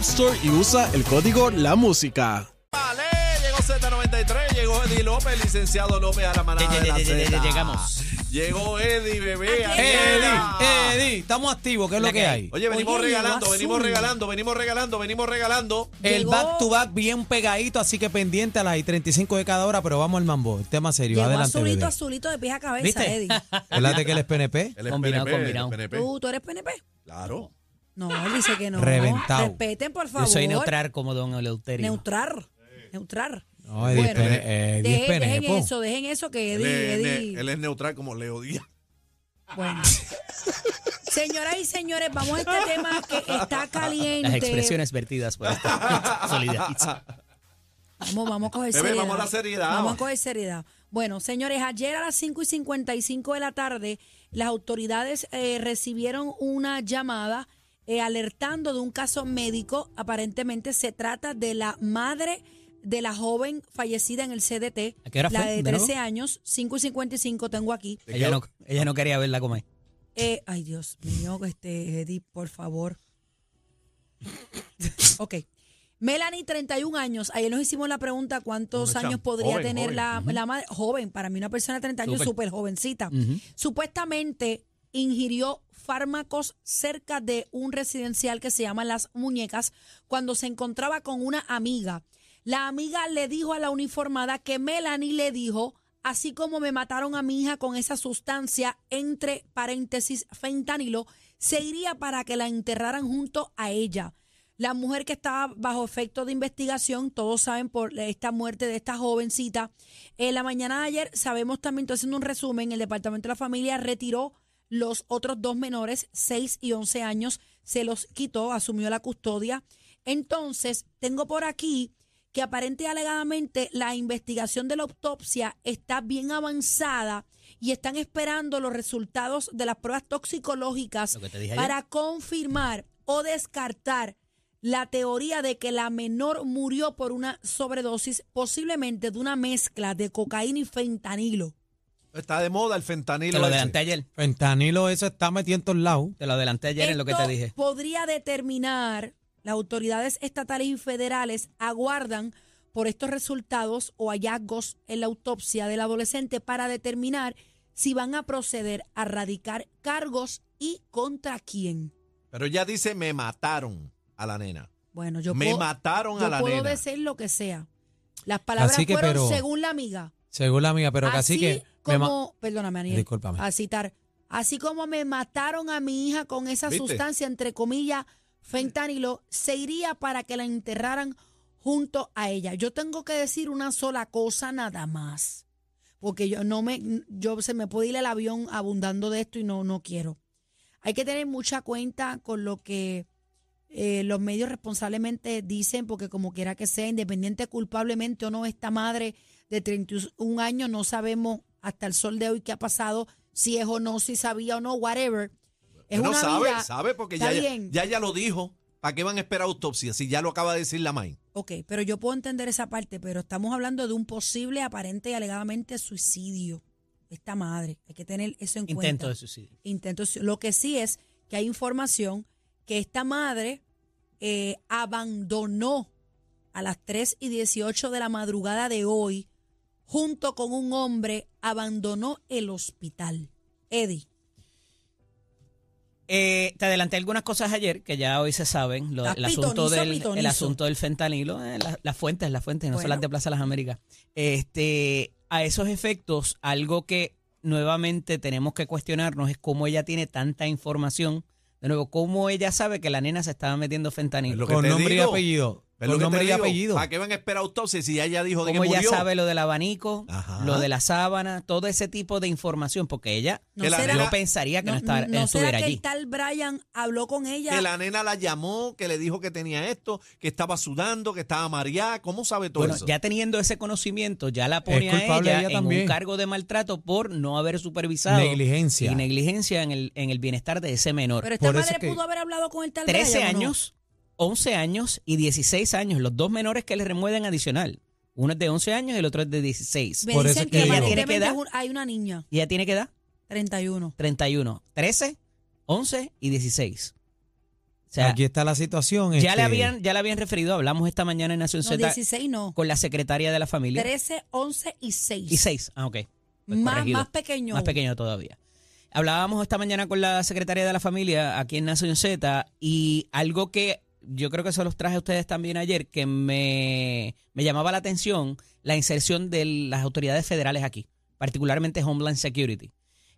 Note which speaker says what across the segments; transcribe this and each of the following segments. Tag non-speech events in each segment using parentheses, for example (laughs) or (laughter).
Speaker 1: Store y usa el código La Música.
Speaker 2: Vale, llegó Z93, llegó Eddie López, licenciado López a la manada
Speaker 3: Ye- ye-
Speaker 2: de la
Speaker 3: ye- ye- ye-
Speaker 2: Z.
Speaker 3: llegamos.
Speaker 2: Llegó Eddie, bebé.
Speaker 4: Aquí
Speaker 2: aquí está.
Speaker 5: Eddie, Eddie, estamos activos, ¿qué es lo
Speaker 3: La
Speaker 5: que
Speaker 3: que
Speaker 5: hay?
Speaker 2: Oye, venimos
Speaker 4: Oye, llegó
Speaker 2: regalando,
Speaker 4: azul.
Speaker 2: venimos regalando, venimos regalando, venimos regalando.
Speaker 5: El
Speaker 4: Llegó-
Speaker 5: back to back bien pegadito, así que pendiente a las y 35 de cada hora, pero vamos al mambo. El tema serio,
Speaker 4: Llegó
Speaker 5: adelante.
Speaker 4: azulito,
Speaker 5: bebé.
Speaker 4: azulito de pies a cabeza,
Speaker 5: ¿Viste? (laughs)
Speaker 4: Eddie.
Speaker 5: Acuérdate que él es PNP.
Speaker 2: El es
Speaker 3: Combinado,
Speaker 2: PNP,
Speaker 3: combinado.
Speaker 2: el PNP.
Speaker 4: ¿Tú, tú eres PNP?
Speaker 2: Claro.
Speaker 4: No, él dice que no.
Speaker 5: Reventado.
Speaker 4: Respeten, por
Speaker 3: Yo
Speaker 4: favor.
Speaker 3: soy neutral como don Eleuterio.
Speaker 4: Neutral. Neutral.
Speaker 5: No, Eddie es
Speaker 4: Bueno,
Speaker 5: PNP, eh, Eddie es
Speaker 4: De-
Speaker 5: PNP,
Speaker 4: dejen
Speaker 5: po.
Speaker 4: eso, dejen eso que
Speaker 2: Él
Speaker 4: Eddie,
Speaker 2: es,
Speaker 4: Eddie.
Speaker 2: él es neutral como Leo Díaz.
Speaker 4: Bueno. Señoras y señores, vamos a este tema que está caliente.
Speaker 3: Las expresiones vertidas por
Speaker 4: (laughs)
Speaker 3: esta solidariza.
Speaker 4: Vamos, vamos a
Speaker 2: (laughs)
Speaker 4: coger
Speaker 2: Bebé,
Speaker 4: seriedad.
Speaker 2: vamos a la seriedad.
Speaker 4: Vamos a coger seriedad. Bueno, señores, ayer a las 5 y 55 de la tarde, las autoridades eh, recibieron una llamada eh, alertando de un caso médico. Aparentemente se trata de la madre de la joven fallecida en el CDT.
Speaker 3: ¿A qué hora
Speaker 4: la
Speaker 3: fue?
Speaker 4: de
Speaker 3: ¿De nuevo?
Speaker 4: 13 años, 5 y 55 tengo aquí.
Speaker 3: Ella no, ella no quería verla comer.
Speaker 4: Eh, ay, Dios mío, este Eddie, por favor. ok. Melanie, 31 años. Ayer nos hicimos la pregunta cuántos
Speaker 2: Una cham-
Speaker 4: años podría
Speaker 2: joven,
Speaker 4: tener
Speaker 2: joven.
Speaker 4: La, la madre. Joven, para mí una persona de 30 años
Speaker 3: Súper.
Speaker 4: súper jovencita.
Speaker 3: Ujú.
Speaker 4: Supuestamente ingirió fármacos cerca de un residencial que se llama Las Muñecas cuando se encontraba con una amiga. La amiga le dijo a la uniformada que Melanie le dijo, así como me mataron a mi hija con esa sustancia, entre paréntesis, fentanilo, se iría para que la enterraran junto a ella. La mujer que estaba bajo efecto de investigación, todos saben por esta muerte de esta jovencita. En la mañana de ayer, sabemos también, estoy haciendo un resumen, el Departamento de la Familia retiró los otros dos menores, 6 y 11 años, se los quitó, asumió la custodia. Entonces, tengo por aquí que aparente y alegadamente la investigación de la autopsia está bien avanzada y están esperando los resultados de las pruebas toxicológicas
Speaker 3: Lo que te dije ayer.
Speaker 4: para confirmar o descartar la teoría de que la menor murió por una sobredosis, posiblemente de una mezcla de cocaína y fentanilo.
Speaker 2: Está de moda el fentanilo.
Speaker 3: Te lo
Speaker 2: ese.
Speaker 3: adelanté ayer.
Speaker 5: Fentanilo, eso está metido en todos lados.
Speaker 3: Te lo adelanté ayer en lo que
Speaker 4: Esto
Speaker 3: te dije.
Speaker 4: Podría determinar, las autoridades estatales y federales aguardan por estos resultados o hallazgos en la autopsia del adolescente para determinar si van a proceder a radicar cargos y contra quién.
Speaker 2: Pero ya dice, me mataron a la nena.
Speaker 4: Bueno, yo
Speaker 2: me
Speaker 4: puedo,
Speaker 2: mataron a
Speaker 4: yo
Speaker 2: la
Speaker 4: puedo
Speaker 2: nena.
Speaker 4: decir lo que sea. Las palabras
Speaker 5: Así que,
Speaker 4: fueron
Speaker 5: pero-
Speaker 4: según la amiga.
Speaker 5: Según la mía, pero
Speaker 4: así
Speaker 5: casi que. me ma-
Speaker 4: como, perdóname, Aniel,
Speaker 5: Discúlpame.
Speaker 4: a citar, así como me mataron a mi hija con esa
Speaker 2: ¿Viste?
Speaker 4: sustancia, entre comillas, fentanilo, se iría para que la enterraran junto a ella. Yo tengo que decir una sola cosa nada más, porque yo no me, yo se me puede ir el avión abundando de esto y no, no quiero. Hay que tener mucha cuenta con lo que eh, los medios responsablemente dicen, porque como quiera que sea, independiente culpablemente o no, esta madre de 31 años, no sabemos hasta el sol de hoy qué ha pasado, si es o no, si sabía o no, whatever. Es
Speaker 2: no
Speaker 4: una
Speaker 2: sabe,
Speaker 4: vida-
Speaker 2: sabe, porque
Speaker 4: está
Speaker 2: ya, ya,
Speaker 4: bien.
Speaker 2: ya ella lo dijo. ¿Para qué van a esperar autopsia si ya lo acaba de decir la main?
Speaker 4: Ok, pero yo puedo entender esa parte, pero estamos hablando de un posible, aparente y alegadamente suicidio. Esta madre, hay que tener eso en cuenta.
Speaker 3: Intento de suicidio.
Speaker 4: intento. de suicidio. Lo que sí es que hay información que esta madre eh, abandonó a las 3 y 18 de la madrugada de hoy, junto con un hombre, abandonó el hospital. Eddie,
Speaker 3: Eh, te adelanté algunas cosas ayer que ya hoy se saben. lo-
Speaker 4: Estás
Speaker 3: el, asunto
Speaker 4: Ah, pitonizo,
Speaker 3: del, el
Speaker 4: pitonizo.
Speaker 3: asunto del fentanilo, eh, la- las fuentes, las fuentes, no
Speaker 4: Bueno.
Speaker 3: son las de Plaza Las Américas. Este, a esos efectos, algo que nuevamente tenemos que cuestionarnos es cómo ella tiene tanta información. De nuevo, cómo ella sabe que la nena se estaba metiendo
Speaker 2: Es
Speaker 3: fentanilo.
Speaker 2: lo que
Speaker 5: Con
Speaker 2: te
Speaker 5: nombre y
Speaker 2: digo.
Speaker 5: apellido.
Speaker 2: ¿Ves lo que
Speaker 5: Con
Speaker 2: te
Speaker 5: nombre y
Speaker 2: digo?
Speaker 5: apellido.
Speaker 2: ¿Para qué van a esperar autopsia si ella ya dijo de que
Speaker 3: Cómo ella
Speaker 2: murió?
Speaker 3: sabe lo del abanico,
Speaker 2: Ajá.
Speaker 3: lo de la sábana, todo ese tipo de información, porque ella
Speaker 4: No
Speaker 2: Que la
Speaker 4: será,
Speaker 2: nena-
Speaker 3: yo pensaría que no,
Speaker 4: no-
Speaker 3: estar- eh,
Speaker 4: no será
Speaker 3: estuviera
Speaker 4: que
Speaker 3: allí.
Speaker 4: el tal Brian habló con ella.
Speaker 2: Que la nena la llamó, que le dijo que tenía esto, que estaba sudando, que estaba mareada. ¿Cómo sabe todo
Speaker 3: Bueno,
Speaker 2: eso?
Speaker 3: ya teniendo ese conocimiento, ya la pone a
Speaker 5: culpable
Speaker 3: ella,
Speaker 5: ella
Speaker 3: en
Speaker 5: también.
Speaker 3: un cargo de maltrato por no haber supervisado
Speaker 5: Negligencia.
Speaker 3: y negligencia en el, en el bienestar de ese menor.
Speaker 4: pero esta
Speaker 5: por eso
Speaker 4: madre
Speaker 5: es que-
Speaker 4: pudo haber hablado con el tal
Speaker 3: 13
Speaker 4: Brian. ¿o no?
Speaker 3: años, 11 años y 16 años, los dos menores que le remueven adicional. Uno es de 11 años y el otro es de 16.
Speaker 4: Me
Speaker 5: Por eso
Speaker 4: dicen
Speaker 5: es que
Speaker 4: que
Speaker 5: digo.
Speaker 3: ¿Tiene qué
Speaker 4: aparentemente
Speaker 3: edad?
Speaker 4: es un- hay una niña,
Speaker 3: ¿Y ella tiene qué edad?
Speaker 4: 31.
Speaker 3: 31. 13, 11 y 16. O sea,
Speaker 5: Aquí está la situación.
Speaker 3: ya,
Speaker 5: este,
Speaker 3: le habían, ya le habían referido, hablamos esta mañana en Nación
Speaker 4: No,
Speaker 3: Z
Speaker 4: 16 no.
Speaker 3: con la secretaria de la familia.
Speaker 4: 13, 11 y 6.
Speaker 3: Y 6, ah, ok. Pues
Speaker 4: más,
Speaker 3: corregido.
Speaker 4: más pequeño.
Speaker 3: Más pequeño todavía. Hablábamos esta mañana con la secretaria de la familia aquí en Nación Z y algo que yo creo que se los traje a ustedes también ayer, que me, me llamaba la atención, la inserción de las autoridades federales aquí, particularmente Homeland Security.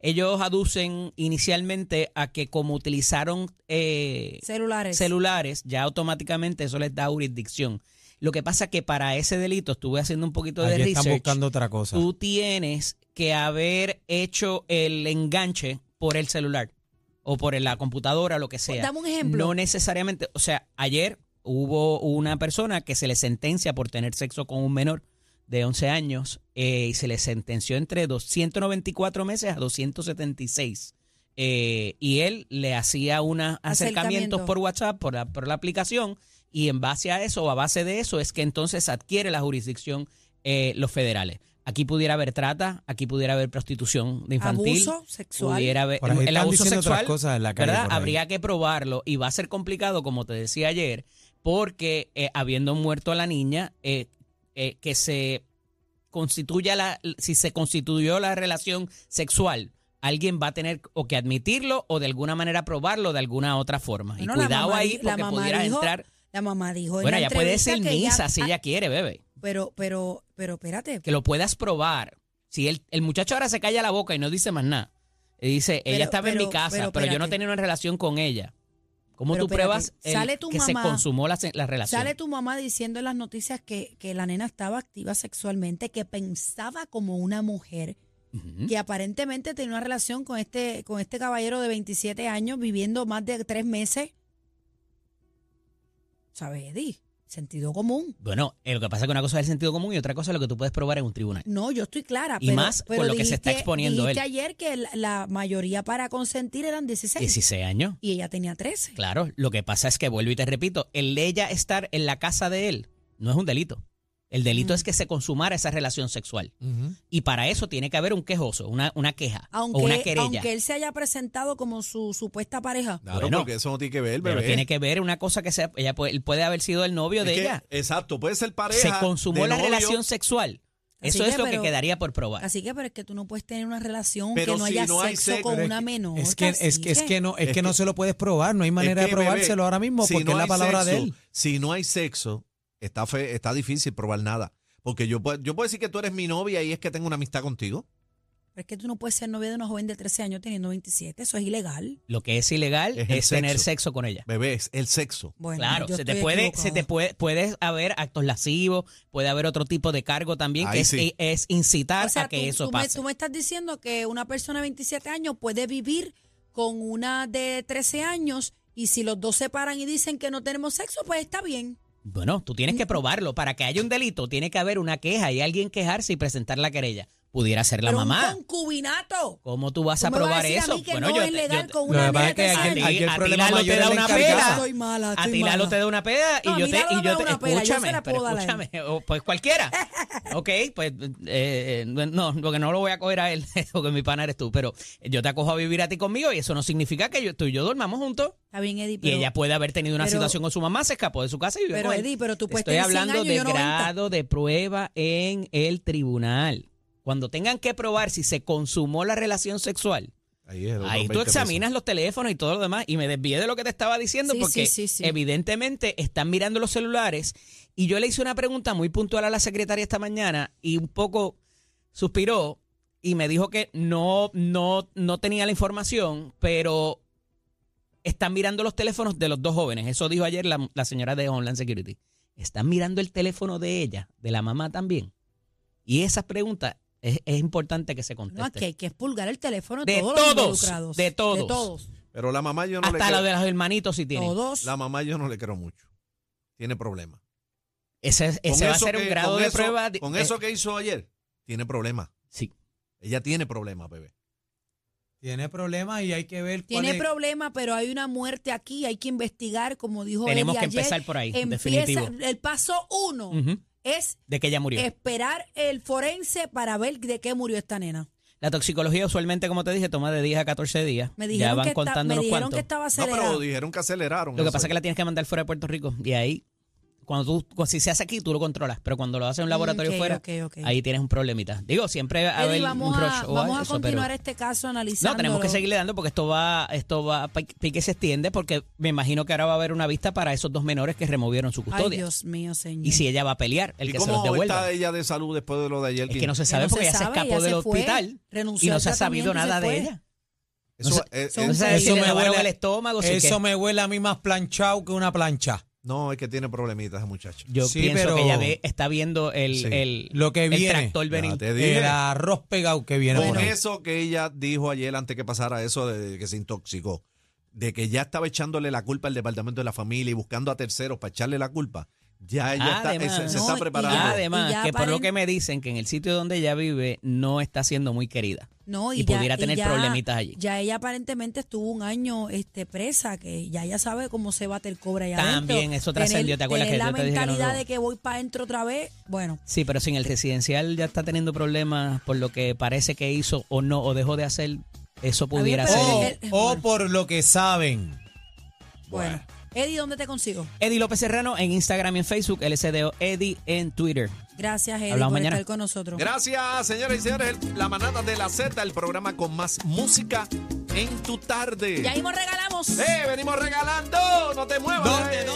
Speaker 3: Ellos aducen inicialmente a que como utilizaron eh,
Speaker 4: Celulares.
Speaker 3: celulares, ya automáticamente eso les da jurisdicción. Lo que pasa que para ese delito, estuve haciendo un poquito de
Speaker 5: allí están
Speaker 3: research,
Speaker 5: buscando otra cosa.
Speaker 3: tú tienes que haber hecho el enganche por el celular o por la computadora, lo que sea.
Speaker 4: Dame un ejemplo.
Speaker 3: No necesariamente, o sea, ayer hubo una persona que se le sentencia por tener sexo con un menor de 11 años eh, y se le sentenció entre 294 meses a 276. Eh, y él le hacía unos acercamientos
Speaker 4: Acercamiento.
Speaker 3: por WhatsApp, por la, por la aplicación, y en base a eso, o a base de eso, es que entonces adquiere la jurisdicción eh, los federales. Aquí pudiera haber trata, aquí pudiera haber prostitución de infantil,
Speaker 4: Abuso sexual.
Speaker 3: pudiera haber
Speaker 5: Por ahí
Speaker 3: el
Speaker 5: están
Speaker 3: abuso
Speaker 5: diciendo otras
Speaker 3: sexual,
Speaker 5: cosas en la calle.
Speaker 3: ¿verdad?
Speaker 5: por ahí.
Speaker 3: Habría que probarlo y va a ser complicado, como te decía ayer, porque eh, habiendo muerto a la niña, eh, eh, que se constituya la, si se constituyó la relación sexual, alguien va a tener o que admitirlo o de alguna manera probarlo de alguna otra forma.
Speaker 4: Bueno,
Speaker 3: y
Speaker 4: la
Speaker 3: cuidado
Speaker 4: mamá
Speaker 3: ahí
Speaker 4: di- la
Speaker 3: porque
Speaker 4: mamá
Speaker 3: pudiera
Speaker 4: dijo
Speaker 3: entrar.
Speaker 4: La mamá dijo. en
Speaker 3: Bueno,
Speaker 4: la
Speaker 3: ya puede
Speaker 4: entrevista
Speaker 3: decir
Speaker 4: que ella-
Speaker 3: misa si
Speaker 4: ah,
Speaker 3: ella quiere, bebé.
Speaker 4: pero, pero, pero, espérate.
Speaker 3: Que lo puedas probar. Si el, el muchacho ahora se calla la boca y no dice más nada. Y dice,
Speaker 4: Pero-
Speaker 3: ella estaba en
Speaker 4: pero-
Speaker 3: mi casa, pero,
Speaker 4: pero
Speaker 3: yo no
Speaker 4: espérate.
Speaker 3: tenía una relación con ella. ¿Cómo
Speaker 4: Pero
Speaker 3: tú
Speaker 4: espérate,
Speaker 3: pruebas el-
Speaker 4: sale tu
Speaker 3: que se
Speaker 4: mamá,
Speaker 3: consumó la, se- la relación?
Speaker 4: Sale tu mamá diciendo en las noticias que, que la nena estaba activa sexualmente, que pensaba como una mujer,
Speaker 3: Ujú.
Speaker 4: que aparentemente tenía una relación con este, con este caballero de 27 años viviendo más de tres meses. ¿Sabes, Eddie? Sentido común.
Speaker 3: Bueno, eh, lo que pasa es que una cosa es el sentido común y otra cosa es lo que tú puedes probar en un tribunal.
Speaker 4: No, yo estoy clara.
Speaker 3: Y
Speaker 4: pero-
Speaker 3: más con
Speaker 4: pero
Speaker 3: lo que se está
Speaker 4: dijiste-
Speaker 3: exponiendo
Speaker 4: dijiste
Speaker 3: él.
Speaker 4: ayer que la, la mayoría para consentir eran 16.
Speaker 3: 16 años.
Speaker 4: Y ella tenía 13.
Speaker 3: Claro, lo que pasa es que, vuelvo y te repito, el de ella estar en la casa de él no es un delito. El delito
Speaker 4: Mm.
Speaker 3: es que se consumara esa relación sexual.
Speaker 5: Ujú.
Speaker 3: Y para eso tiene que haber un quejoso, una, una queja
Speaker 4: Aunque,
Speaker 3: o una querella.
Speaker 4: aunque él se haya presentado como su supuesta pareja.
Speaker 2: Claro,
Speaker 3: Bueno.
Speaker 2: porque eso no tiene que ver,
Speaker 3: Pero
Speaker 2: bebé.
Speaker 3: tiene que ver una cosa que sea, ella puede, él puede haber sido el novio
Speaker 2: Es
Speaker 3: de
Speaker 2: que-
Speaker 3: ella.
Speaker 2: Exacto, puede ser pareja.
Speaker 3: Se consumó
Speaker 2: de
Speaker 3: la
Speaker 2: novio,
Speaker 3: relación sexual.
Speaker 4: Así
Speaker 3: Eso
Speaker 4: que,
Speaker 3: es lo que
Speaker 4: pero-
Speaker 3: quedaría por probar.
Speaker 4: Así que, pero es que tú no puedes tener una relación
Speaker 2: Pero
Speaker 4: que no
Speaker 2: si
Speaker 4: haya
Speaker 2: no hay
Speaker 4: sexo
Speaker 2: sexo-
Speaker 4: con
Speaker 5: Pero es
Speaker 4: una
Speaker 5: que-
Speaker 4: menor.
Speaker 5: Es que, es, que, es
Speaker 4: cacique.
Speaker 5: que no, es
Speaker 2: Es
Speaker 5: que no
Speaker 2: que-
Speaker 5: se lo puedes probar, no hay manera
Speaker 2: Es
Speaker 5: de
Speaker 2: que, bebé,
Speaker 5: probárselo ahora mismo
Speaker 2: si
Speaker 5: porque
Speaker 2: no
Speaker 5: es la
Speaker 2: hay
Speaker 5: palabra de
Speaker 2: sexo-
Speaker 5: él.
Speaker 2: Si no hay sexo, está, fe- está difícil probar nada. Porque yo, puedo- yo puedo decir que tú eres mi novia y es que tengo una amistad contigo.
Speaker 4: Pero es que tú no puedes ser novia de una joven de 13 años teniendo 27. Eso es ilegal.
Speaker 3: Lo que es ilegal
Speaker 2: Es
Speaker 3: es,
Speaker 2: el
Speaker 3: tener
Speaker 2: sexo.
Speaker 3: sexo con ella.
Speaker 2: Bebé, es el sexo.
Speaker 4: Bueno,
Speaker 3: Claro,
Speaker 4: yo
Speaker 3: se te
Speaker 4: estoy
Speaker 3: puede, se
Speaker 4: equivocada.
Speaker 3: te puede, puede haber actos lascivos, puede haber otro tipo de cargo también
Speaker 2: Ahí
Speaker 3: que es- eh,
Speaker 2: sí.
Speaker 3: es, incitar
Speaker 4: O sea,
Speaker 3: a que
Speaker 4: tú,
Speaker 3: eso
Speaker 4: tú me,
Speaker 3: pase.
Speaker 4: tú me estás diciendo que una persona de 27 años puede vivir con una de 13 años y si los dos se paran y dicen que no tenemos sexo, pues está bien.
Speaker 3: Bueno, tú tienes que probarlo. Para que haya un delito, tiene que haber una queja y alguien quejarse y presentar la querella. Pudiera ser la
Speaker 4: Pero
Speaker 3: mamá.
Speaker 4: un concubinato.
Speaker 3: ¿Cómo tú vas a
Speaker 4: ¿Tú me vas
Speaker 3: probar
Speaker 4: decir
Speaker 3: eso?
Speaker 4: A mí que no es
Speaker 3: te-
Speaker 4: legal con
Speaker 5: Lo
Speaker 4: una
Speaker 5: que pasa
Speaker 4: nena
Speaker 5: es que
Speaker 4: de 13
Speaker 5: aquel-
Speaker 4: años.
Speaker 5: aquel
Speaker 3: a ti,
Speaker 5: problema
Speaker 3: Lalo,
Speaker 5: mayor
Speaker 3: te da
Speaker 5: es el
Speaker 3: una
Speaker 5: encargado.
Speaker 3: pela.
Speaker 4: Estoy mala,
Speaker 3: A
Speaker 4: Ah, estoy
Speaker 3: ti Lalo
Speaker 4: mala.
Speaker 3: te da una peda y
Speaker 4: No, a
Speaker 3: yo
Speaker 4: mí
Speaker 3: te,
Speaker 4: Lalo
Speaker 3: y
Speaker 4: no me
Speaker 3: yo
Speaker 4: da
Speaker 3: te-
Speaker 4: una peda, yo se
Speaker 3: escúchame,
Speaker 4: la
Speaker 3: pero
Speaker 4: puedo dar a él.
Speaker 3: escúchame, o
Speaker 4: (laughs)
Speaker 3: pues cualquiera. ok, pues eh, no, porque no lo voy a coger a él, (laughs) porque mi pana eres tú, pero yo te acojo a vivir a ti conmigo y eso no significa que yo, tú y yo dormamos juntos.
Speaker 4: Está bien, Eddie,
Speaker 3: Y
Speaker 4: pero,
Speaker 3: ella puede haber tenido una
Speaker 4: pero-
Speaker 3: situación con su mamá, se escapó de su casa y vivió
Speaker 4: pero,
Speaker 3: con él.
Speaker 4: Eddie, pero tú puedes
Speaker 3: Estoy
Speaker 4: tener 100
Speaker 3: hablando
Speaker 4: años y
Speaker 3: de
Speaker 4: yo 90.
Speaker 3: grado de prueba en el tribunal. Cuando tengan que probar si se consumó la relación sexual,
Speaker 2: Ahí es el otro
Speaker 3: Ahí
Speaker 2: 20
Speaker 3: tú
Speaker 2: pesos.
Speaker 3: examinas los teléfonos y todo lo demás y me desvié de lo que te estaba diciendo
Speaker 4: Sí,
Speaker 3: porque
Speaker 4: sí, sí, sí.
Speaker 3: evidentemente están mirando los celulares y yo le hice una pregunta muy puntual a la secretaria esta mañana y un poco suspiró y me dijo que no no no tenía la información, pero están mirando los teléfonos de los dos jóvenes, eso dijo ayer la, la señora de Homeland Security. Están mirando el teléfono de ella, de la mamá también. Y esas preguntas es, es importante que se
Speaker 4: No, es
Speaker 3: contesten.
Speaker 4: que hay que expulgar el teléfono de,
Speaker 3: De
Speaker 4: todos, los
Speaker 3: todos,
Speaker 4: involucrados.
Speaker 3: de todos.
Speaker 4: De todos.
Speaker 2: Pero la mamá yo no le
Speaker 3: Hasta
Speaker 2: creo.
Speaker 3: lo de los hermanitos si tienen.
Speaker 4: todos.
Speaker 2: La mamá yo no le creo mucho. Tiene problemas.
Speaker 3: Ese,
Speaker 2: Con
Speaker 3: ese va a
Speaker 2: eso
Speaker 3: ser un
Speaker 2: que-
Speaker 3: grado
Speaker 2: con
Speaker 3: de
Speaker 2: eso-
Speaker 3: prueba. de-
Speaker 2: Con
Speaker 3: eh,
Speaker 2: eso que hizo ayer, tiene problemas.
Speaker 3: sí.
Speaker 2: Ella tiene problemas, bebé.
Speaker 5: Tiene problemas y hay que ver cuál
Speaker 4: Tiene
Speaker 5: es-
Speaker 4: problema, pero hay una muerte aquí, hay que investigar, como dijo
Speaker 3: Tenemos
Speaker 4: Eddie
Speaker 3: que
Speaker 4: ayer.
Speaker 3: empezar por ahí,
Speaker 4: Empieza,
Speaker 3: definitivo. Mm.
Speaker 4: el Eh, paso uno
Speaker 3: Ujú,
Speaker 4: es
Speaker 3: De que ella murió.
Speaker 4: esperar el forense para ver de qué murió esta nena.
Speaker 3: la toxicología usualmente, como te dije, toma de 10 a 14 días.
Speaker 4: Me
Speaker 3: ya
Speaker 4: dijeron,
Speaker 3: van
Speaker 4: que, esta-
Speaker 3: contando
Speaker 4: me
Speaker 3: unos
Speaker 4: dijeron
Speaker 3: cuantos.
Speaker 4: que estaba
Speaker 2: No,
Speaker 4: acelerada.
Speaker 2: pero dijeron que aceleraron.
Speaker 3: Lo que
Speaker 2: eso.
Speaker 3: pasa es que la tienes que mandar fuera de Puerto Rico. Y ahí, cuando tú, si se hace aquí, tú lo controlas. Pero cuando lo haces en un laboratorio
Speaker 4: Mm, Ok,
Speaker 3: fuera,
Speaker 4: ok, ok.
Speaker 3: ahí tienes un problemita. Digo, siempre va a
Speaker 4: Eddie,
Speaker 3: haber
Speaker 4: vamos
Speaker 3: un rush
Speaker 4: a,
Speaker 3: o
Speaker 4: vamos a
Speaker 3: eso, pero-
Speaker 4: continuar este caso analizando.
Speaker 3: No, tenemos que seguirle dando porque esto va, esto va, pa- pique se extiende porque me imagino que ahora va a haber una vista para esos dos menores que removieron su
Speaker 4: Ay,
Speaker 3: custodia.
Speaker 4: Dios mío, señor.
Speaker 3: y si ella va a pelear, el
Speaker 2: ¿Y
Speaker 3: que se
Speaker 2: cómo
Speaker 3: los devuelva.
Speaker 2: está ella de salud después de lo de ayer?
Speaker 3: Es que no se
Speaker 4: Que
Speaker 3: Pues sabe
Speaker 4: no
Speaker 3: porque
Speaker 4: se
Speaker 3: ella se
Speaker 4: sabe,
Speaker 3: escapó
Speaker 4: ella
Speaker 3: del
Speaker 4: se fue,
Speaker 3: hospital
Speaker 4: renunció
Speaker 3: y no
Speaker 4: al
Speaker 3: se ha sabido
Speaker 4: tratamiento y se fue.
Speaker 3: nada de ella.
Speaker 2: Eso,
Speaker 3: no se-
Speaker 2: eh,
Speaker 4: son-
Speaker 2: eh,
Speaker 3: No se sabe si
Speaker 5: Eso
Speaker 3: le
Speaker 5: me
Speaker 3: lavaron
Speaker 5: huele-
Speaker 3: el estómago, si
Speaker 5: Eso
Speaker 3: qué.
Speaker 5: me huele a mí más planchado que una plancha.
Speaker 2: no, es que tiene problemitas esa muchacha.
Speaker 3: Yo
Speaker 5: Sí,
Speaker 3: pienso
Speaker 5: pero-
Speaker 3: que ella ve, está viendo el,
Speaker 2: Sí.
Speaker 3: el,
Speaker 5: Lo que
Speaker 3: el
Speaker 5: viene.
Speaker 3: tractor venir.
Speaker 2: Ya te dije.
Speaker 5: El arroz pegado que viene
Speaker 2: Con
Speaker 5: por ahí.
Speaker 2: eso que ella dijo ayer antes que pasara eso de que se intoxicó, de que ya estaba echándole la culpa al departamento de la familia y buscando a terceros para echarle la culpa, ya ella está-
Speaker 3: Además.
Speaker 2: se, se
Speaker 4: No,
Speaker 2: está
Speaker 4: y-
Speaker 2: preparando.
Speaker 3: Ah,
Speaker 4: Claro. Y
Speaker 3: Además,
Speaker 4: ya
Speaker 3: que por lo
Speaker 4: paren-
Speaker 3: que me dicen, que en el sitio donde ella vive no está siendo muy querida.
Speaker 4: No,
Speaker 3: y
Speaker 4: ya-
Speaker 3: pudiera tener
Speaker 4: ya-
Speaker 3: problemitas allí.
Speaker 4: Ya ella aparentemente estuvo un año este, presa, que ya ella sabe cómo se bate el cobra allá
Speaker 3: También,
Speaker 4: adentro.
Speaker 3: eso
Speaker 4: Tener-
Speaker 3: trascendió, ¿te acuerdas
Speaker 4: tener
Speaker 3: que
Speaker 4: la
Speaker 3: yo te dije que no
Speaker 4: mentalidad
Speaker 3: lo-
Speaker 4: de que voy para adentro otra vez, bueno,
Speaker 3: Sí, pero sin el residencial ya está teniendo problemas por lo que parece que hizo o no, o dejó de hacer, eso
Speaker 4: bien,
Speaker 3: pudiera
Speaker 4: pero
Speaker 3: ser.
Speaker 5: O,
Speaker 4: el-
Speaker 5: o por lo que saben.
Speaker 4: bueno. Eddie, ¿dónde te consigo?
Speaker 3: Eddie López Serrano en Instagram y en Facebook, LSDO Eddie en Twitter.
Speaker 4: Gracias, Eddie,
Speaker 3: Hablamos
Speaker 4: por
Speaker 3: mañana.
Speaker 4: estar con nosotros.
Speaker 2: Gracias, señoras y señores. La manada de la Z, el programa con más música en tu tarde.
Speaker 4: Ya mismo regalamos.
Speaker 2: ¡Eh, venimos regalando! ¡No te muevas! eh.